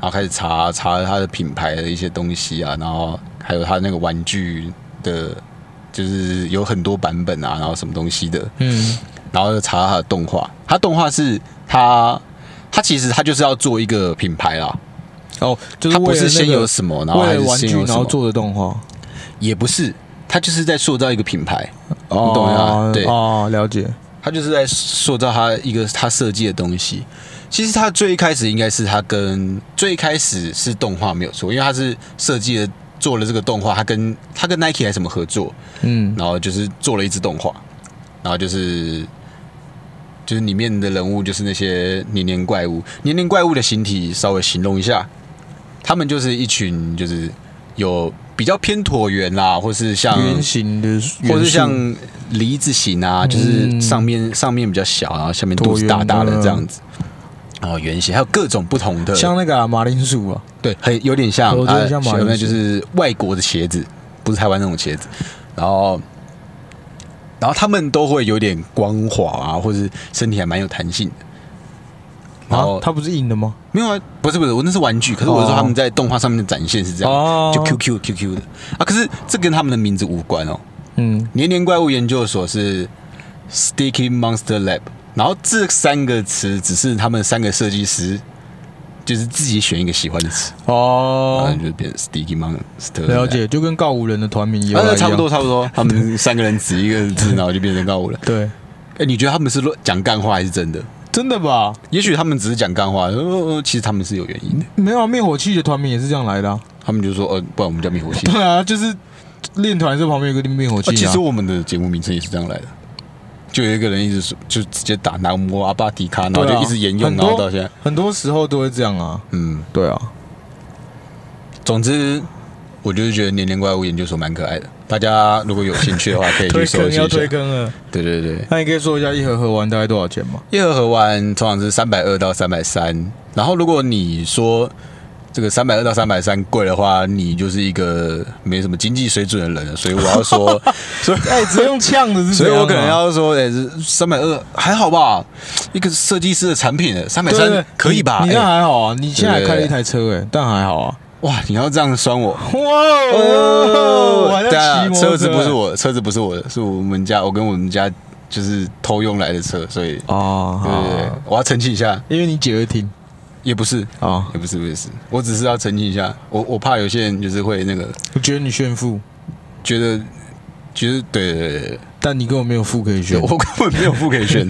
然后开始查查它的品牌的一些东西啊，然后还有它那个玩具的，就是有很多版本啊，然后什么东西的，
嗯
然后就查他的动画，他动画是他他其实他就是要做一个品牌啦，
哦，就是
他不
为了
是先
那个
有什么，然后
为
还
了
是
玩
先
具
有什
然后
么，
做的动画，
也不是，他就是在塑造一个品牌，
哦
你懂吗？对，
哦，了解。
他就是在塑造他一个他设计的东西。其实他最一开始应该是他跟最一开始是动画没有错，因为他是设计的做了这个动画，他跟他跟 Nike 还什么合作，
嗯，
然后就是做了一支动画，然后就是就是里面的人物就是那些年年怪物，年年怪物的形体稍微形容一下，他们就是一群就是有比较偏椭圆啦，或是像
圆形的元素，
或是像梨子形啊，就是
嗯
上面上面比较小，然后下面肚子大大的
椭圆啊的
这样子。然后圆形，还有各种不同的，
像那个啊马铃薯啊，
对，很有点像，
我觉得哦像马
啊
铃薯
那就是外国的鞋子，不是台湾那种鞋子。然后，然后他们都会有点光滑啊，或者身体还蛮有弹性的。然后、
啊，它不是硬的吗？
没有啊，不是不是，我那是玩具，可是我说
哦
他们在动画上面的展现是这样，
哦
就 QQ QQ 的啊。可是这跟他们的名字无关哦。
嗯，
年年怪物研究所是 Sticky Monster Lab，然后这三个词只是他们三个设计师就是自己选一个喜欢的词。
哦
然后，就变 Sticky Monster。
了。解，就跟告五人的团名也有
呃，
来一
差不
样
多，差不多，他们三个人指一个字，然后就变成告五了。
对，
哎，你觉得他们是乱讲干话还是真的？
真的吧？
也许他们只是讲干话，呃呃其实他们是有原因的。
没有啊，灭火器的团名也是这样来的啊。
他们就说，呃，不然我们叫灭火 <laughs> 器。
对啊，就是练团的时候旁边有个灭火器
哦
啊。
其实我们的节目名称也是这样来的，就有一个人一直说，就直接打南摩阿巴迪卡，然后
对啊
就一直沿用，
很
然
多
后到现在，
很多时候都会这样啊。
嗯，
对啊，
总之。我就是觉得年年怪物研究所蛮可爱的，大家如果有兴趣的话，可 <laughs> 以去
推
搜
坑
集一
要
下。
推坑了。
对对对，
那你可以说一下一盒盒完大概多少钱吗？
一盒盒完通常是三百二到三百三，然后如果你说这个三百二到三百三贵的话，你就是一个没什么经济水准的人了，所以我要
<laughs>
说，所以
哎，只用呛的是
所以
怎样啊，
我可能要说，哎、三百二还好吧，一个设计师的产品，三百
对对
三
对
可以吧？
你你
哎
那还好啊，你现
对
在
对对
开了一台车哎，但还好啊。
哇，你要这样酸我？
哇哦，我还
对啊
在骑摩
车
托
子不是
我
我的，车子不是我的，是我们家，我跟我们家就是偷用来的车，所以
哦，
对
好
对对，我要澄清一下，
因为你姐会听
也不是，
啊，
也不是不是，我只是要澄清一下，我我怕有些人就是会那个
我觉得你炫富，
觉得觉得对对对对
但你根本没有富可以
对，
炫。
我根本没有付给
<laughs>
炫，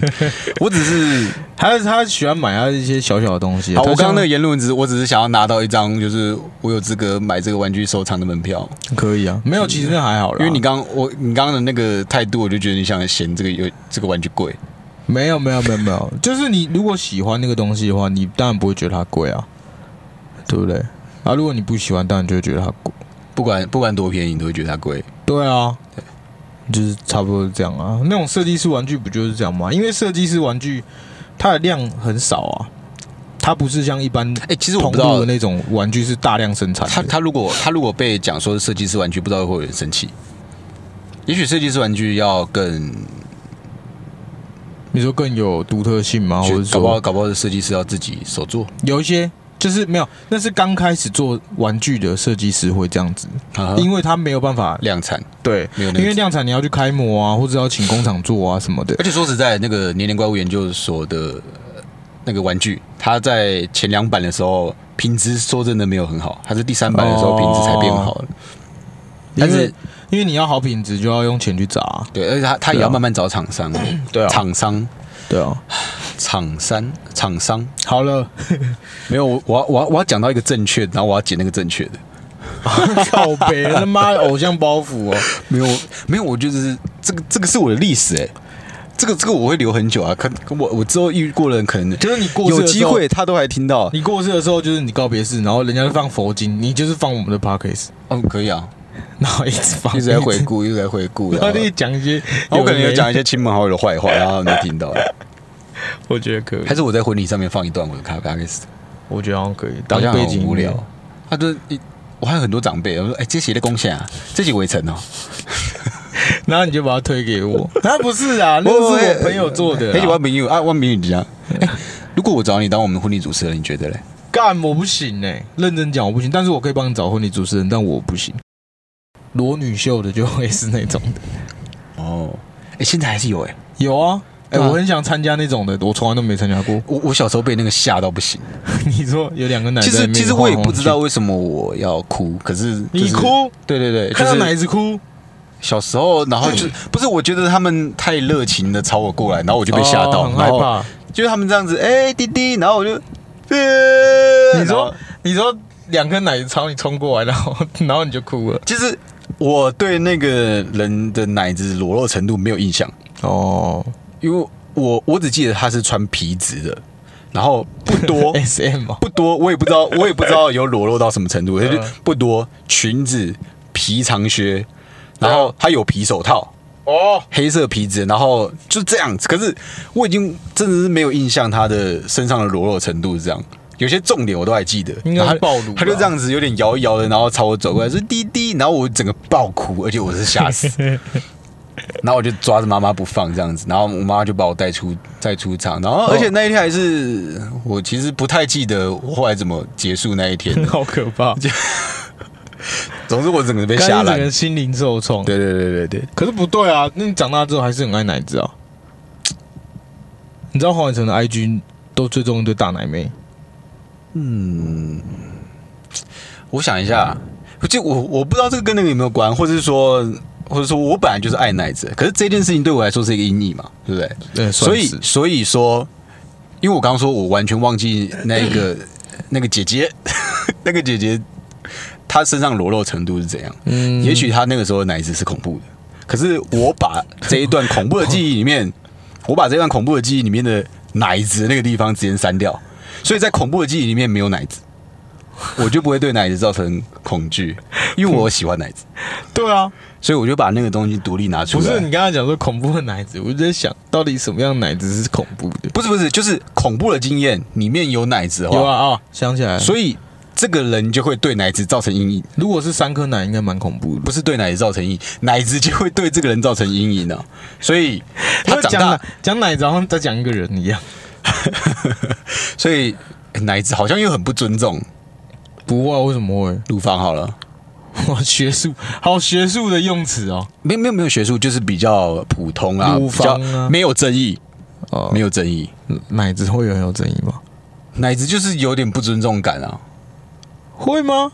我只是
还有他喜欢买他一些小小的东西。啊
好，
他
我刚
像
刚那个言论只我只是想要拿到一张就是我有资格买这个玩具收藏的门票，
可以啊，没有，其实那还好啦。
因为你刚我你刚刚的那个态度，我就觉得你想嫌这个有这个玩具贵，
没有没有没有没有，就是你如果喜欢那个东西的话，你当然不会觉得它贵啊，对不对？啊，如果你不喜欢，当然就会觉得它贵。
不管不管多便宜，你都会觉得它贵。
对啊，就是差不多是这样啊。那种设计师玩具不就是这样吗？因为设计师玩具它的量很少啊，它不是像一般
哎、其实我
通
不知道
路的那种玩具是大量生产
他
的。
他如果他如果被讲说是设计师玩具，不知道会不会有人生气。也许设计师玩具要更
你说更有独特性吗？或
就
者
搞不好
哦说啊
搞不好是设计师要自己手做，
有一些就是没有，那是刚开始做玩具的设计师会这样子，
啊
因为他没有办法
量产，
对，
没有那个
因为量产你要去开模啊，或者要请工厂做啊什么的
而。且说实在，那个年年怪物研究所的呃那个玩具，它在前两版的时候品质说真的没有很好，它是第三版的时候
哦
品质才变好的。但
因
是
为因为你要好品质，就要用钱去砸、
对，而且它它也
对
要
啊
慢慢找厂商，
对啊
厂商、
对啊，
厂商、厂商，
好了，
没有我我要我要我要讲到一个正确的，然后我要剪那个正确的， <laughs>
靠北，他妈偶像包袱哦、
没有没有，我觉得是这个这个是我的历史哎、这个这个我会留很久啊，看我我之后遇过的人可能
就是你过世
有
的
机
时候
会他都还听到
你过世的时候就是你告别式，然后人家就放佛经，你就是放我们的 podcast， <laughs>
哦，可以啊，
然后一直放，
一直在回， <laughs> 顾，一直在回顾，
然
然
后
后
就讲一些，
然 <laughs>
<laughs>
后我可能有讲一，些亲朋好友的坏话，然后他们没听到。
我觉得可以
<laughs> 还，是我在婚礼上面放一段我的卡卡给斯，
我觉得好像可以，
好
当
像
背
很
景
无
音乐
聊。他就一，我还有很多长辈，我说：“哎、这谁的贡献啊？这集围城哦，
然后你就把它推给我，啊不是
<laughs>
啊，那个是我朋友做的
哎，
啦，
万明友啊，万明友这样。哎、如果我找你当我们婚礼主持人，你觉得嘞？
干我不行哎，认真讲我不行，但是我可以帮你找婚礼主持人，但我不行。裸女秀的就会是那种的，
哦，哎、现在还是有哎、
有啊，哎、
对啊
我很想参加那种的，我从来都没参加过。
我我小时候被那个吓到不行。
<laughs> 你说有两个奶在
其
那
实
边
其实我也
晃来晃
不
去
知道，为什么我要哭，可是、就是、
你哭，
对对对，
看到
就是
奶子哭，
小时候，然后就
嗯
不是我觉得他们太热情的朝我过来，然后我就被吓到，
哦很
然
害
后
怕。
就是他们这样子，哎、滴滴，然后我就，呃
你
然后
说你说两颗奶朝你冲过来，然后 <laughs> 然后你就哭了。
其实我对那个人的奶子裸露程度没有印象，
哦
因为我我只记得他是穿皮质的，然后不
<laughs>
多
，S M 哦，
不多，我也不知道，我也不知道有裸露到什么程度，就是
嗯
不多，裙子、皮长靴，然
啊
后他有皮手套。
哦，
黑色皮子，然后就这样子。可是我已经真的是没有印象他的身上的裸露程度是这样。有些重点我都还记得，
应该是
然后他
暴露吧
他就这样子有点摇一摇的，然后朝我走过来说滴滴，然后我整个爆哭，而且我是吓
<laughs>
死，然后我就抓着妈妈不放这样子，然后我妈就把我带出带出场，
哦
然后而且那一天还是我其实不太记得我后来怎么结束那一天，
好可怕，
总之我整个
<laughs>
被吓
刚整
烂
个，心灵受创。
对对对对对，
可是不对啊，那你长大之后还是很爱奶子啊。你知道黄伟成的 IG 都追踪一堆大奶妹，
嗯，我想一下，就我我不知道这个跟那个有没有关，或者是说，或者说我本来就是爱奶子，可是这件事情对我来说是一个阴影嘛，对不对？
对，
所以
算是
所以说，因为我刚刚说我完全忘记那个
嗯
那个姐姐， <laughs> 那个姐姐她身上裸露程度是怎样，
嗯
也许她那个时候的奶子是恐怖的，可是我把这一段恐怖的记忆里
<laughs>
面，我把这段恐怖的记忆里面的奶子那个地方直接删掉，所以在恐怖的记忆里面没有奶子。 <laughs> 我就不会对奶子造成恐惧，因为我喜欢奶子，
对啊，
所以我就把那个东西独立拿出
不
来。
是你刚才讲说恐怖的奶子，我就在想到底什么样的奶子是恐怖的？
不是不是，就是恐怖的经验里面有奶子的话，
有啊啊、想起来了，
所以这个人就会对奶子造成阴影，
如果是三颗奶，应该蛮恐怖的。
不是对奶子造成阴影，奶子就会对这个人造成阴影啊。所以他
他
长
讲
大
奶，讲奶子好像在讲一个人一样，
所以欸奶子好像又很不尊重
不会、啊，为什么 <laughs> 会？
乳房。好了，
哇，学术，好学术的用词哦。
没有没有没有学术，就是比较普通啊，
乳
比较
房啊
没有争议，
哦
没有争议。
有奶子会有很有争议吗？
奶子就是有点不尊重感啊，
会吗？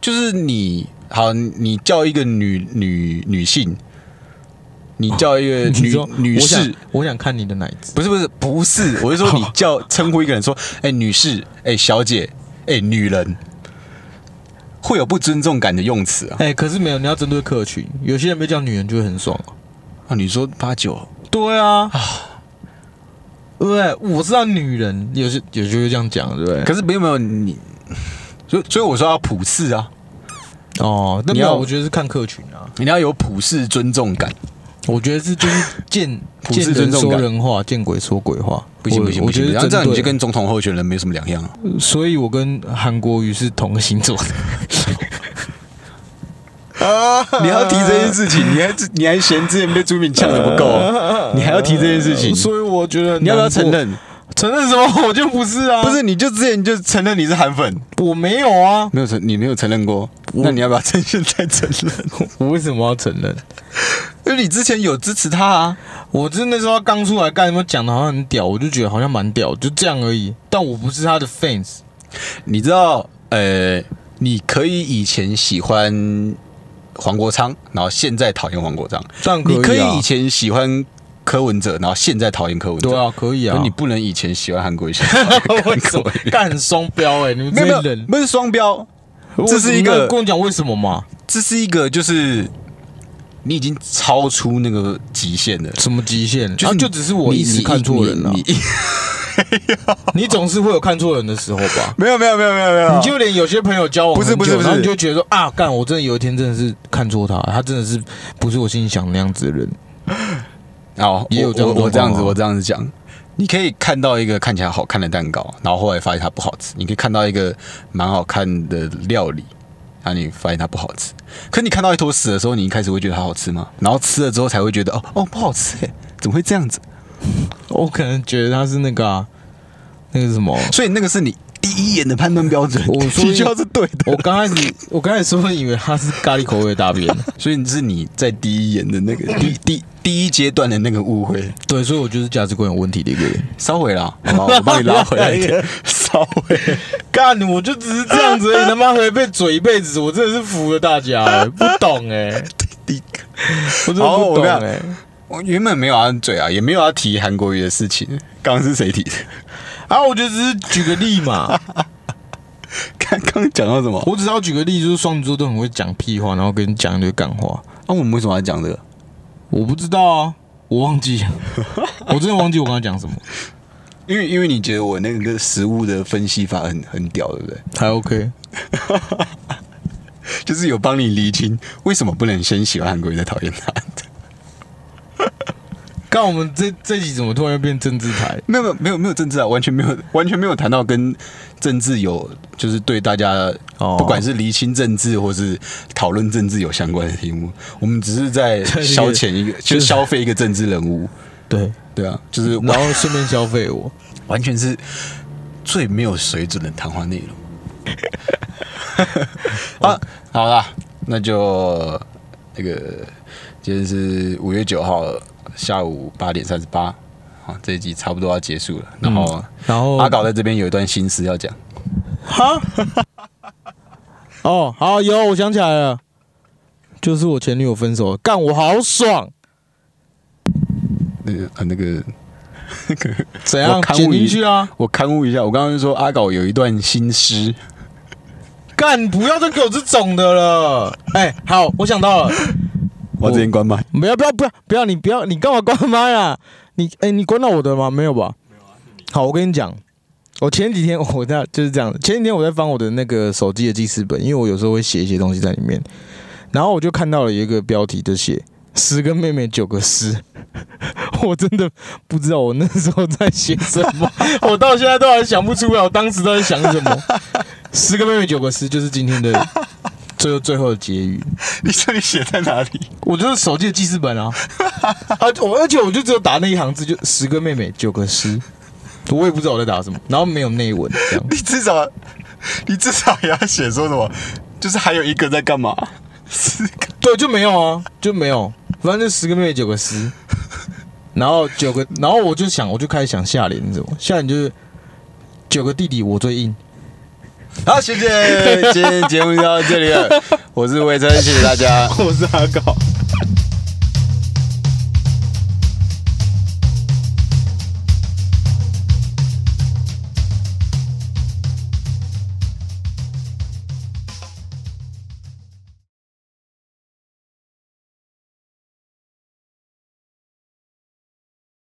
就是你好，你叫一个女女女性，你叫一个
<laughs> 你
呃女、
说
女
我
士
想，我想看你的奶子。
不是不是不是，我是说你叫称呼一个人说，哎、女士，哎、小姐，哎、女人，会有不尊重感的用词啊。
哎、可是没有，你要针对客群，有些人被叫女人就会很爽、哦。
啊，你说八九，
对啊，对不对，我知道女人有些有些会这样讲，对不对？
可是没有没有你， <laughs> 所以所以我说要普世啊，
哦，那
你
没
要
有，我觉得是看客群啊。
你要有普世尊重感。
我觉得是就是见
普世
见
尊
人
重
说
感
人话，见鬼说鬼话。
不行
我
不行不
我觉
行，
得
然后这样
针
你
对
就跟总统候选人没什么两样、啊。
所以我跟韩国瑜是同个星座
<laughs>
的。
<laughs> 你还要提这件事情，你还你 <laughs> 还嫌之前被朱敏呛的不够，你还要提这件事情，
呃所以我觉得很
你要不要
难过
承？认？
承认什么？我就不是啊，
不，是，你就之前就承认你是韩粉，
我没有啊，
没有承，你没有承认过，那你要不要趁现在承认？ <laughs>
我为什么要承认？
因为你之前有支持他啊，
我真的那时候他刚出来干什么讲的好像很屌，我就觉得好像蛮屌，就这样而已。但我不是他的
<laughs>
fans，
你知道，呃，你可以以前喜欢黄国昌，然后现在讨厌黄国昌，
这样
你可
以啊
以以前喜欢柯文哲，然后现在讨厌柯文哲，
对啊，可以
可
啊。
你不能以前喜欢韩国瑜，
为什么 <laughs> 干很双标哎、你
<laughs>
们
没
这
有
些
没有，
人，
不是双标，这是一
你们
个
跟我讲为什么嘛？
这是一个就是你已经超出那个极限了。
什么极限？
就是
啊，
你、
就只是我
你
一时看错人了、
你 <laughs> 你
你总是会有看错人的时候吧？
没有没有没有没有没有，
你就连有些朋友交往
啊不是
很
不
久
是不是
然后你就觉得说啊，干，我真的有一天真的是看错他，他真的是不是我心里想的那样子的人。
哦，
也有这样
我
的
我我这样子
状况啊
我这样子讲，你可以看到一个看起来好看的蛋糕，然后后来发现它不好吃；你可以看到一个蛮好看的料理，然后你发现它不好吃。可你看到一坨屎的时候，你一开始会觉得它好吃吗？然后吃了之后才会觉得哦哦不好吃哎，怎么会这样子？哦
我可能觉得他是那个、啊、那个
<laughs>
什么。
所以那个是你第一眼的判断标准，
我说
<laughs> 你就要是对的。
我刚开始，我刚开始说以为他是咖喱口味的大
<laughs>
便，
所以是你在第一眼的那 <laughs> 个第第第一阶段的那个误会，
对，所以我就是价值观有问题的一个人。
稍微 <laughs> 啦，好吧，我帮你拉回来一
<laughs>
点，稍微。
干，我就只是这样子而
<laughs>
已，他妈会被嘴一辈子，我真的是服了大家、欸，不懂哎、
<laughs> 第
我真的不
哦我
懂
跟你
哎、
讲我 <laughs> 原本没有要嘴啊，也没有要提韩国瑜的事情。刚刚是谁提的？
啊，我就只是举个例嘛，
刚刚讲到什么？
我只要举个例，就是双鱼座都很会讲屁话，然后跟你讲一堆干话。
啊，我们为什么要讲这个？
我不知道啊，我忘记了，我真的忘记我跟他讲什么，
因为因为你觉得我那个食物的分析法很很屌，对不对？
还 OK。
就是有帮你厘清为什么不能先喜欢韩国瑜再讨厌他。
干，我们这这集怎么突然又变政治台？
没有没有没有没有政治啊，完全没有 <laughs> 完全没有谈到跟政治有就是对大家、
哦
不管是厘清政治或是讨论政治有相关的题目，我们只是在消遣一个， <laughs> 就是消费一个政治人物。
对，
对啊，就是
然后顺便消费我。
完全是最没有水准的谈话内容。 <laughs> 啊，好啦，那就那个今天是五月九号下午八点三十八，好，这一集差不多要结束了。然后、
<laughs> 然后
阿搞在这边有一段心思要讲，
哈，哦，好，有，我想起来了，就是我前女友分手了，干我好爽，
那个啊那 <laughs> 个。那个，
怎样
我看
剪
物
进
语
去啊？
我刊物一下，我刚刚就说阿搞有一段心思，
干，不要再给我这种的了。哎、好，我想到了，
我之前关麦。
不要不要不要不要，你不要你干嘛关麦啊？你哎、你关到我的吗？没有吧？好，我跟你讲，我前几天我在就是这样的，前几天我在翻我的那个手机的记事本，因为我有时候会写一些东西在里面，然后我就看到了一个标题，就写“十个妹妹九个师”， <laughs> 我真的不知道我那时候在写什 <laughs> 么，我到现在都还想不出来我当时都在想什么。十个妹妹九个师就是今天的最后最后的结语。
你说你写在哪里？ <laughs>
我就是手机的记事本 <laughs> 啊，而我而且我就只有打那一行字，就十个妹妹九个师，我也不知道我在打什么，然后没有内文这 <laughs> 样。
你至少，你至少也要写说什么？就是还有一个在干嘛？ <laughs> 四个
对，就没有啊，就没有，反正就十个妹妹九个师，然后九个，然后我就想，我就开始想下联是什么，下联就是九个弟弟我最硬，
好，
<laughs>
谢谢，今天节目就到这里了。我是魏琛，谢谢大家。
我是阿搞。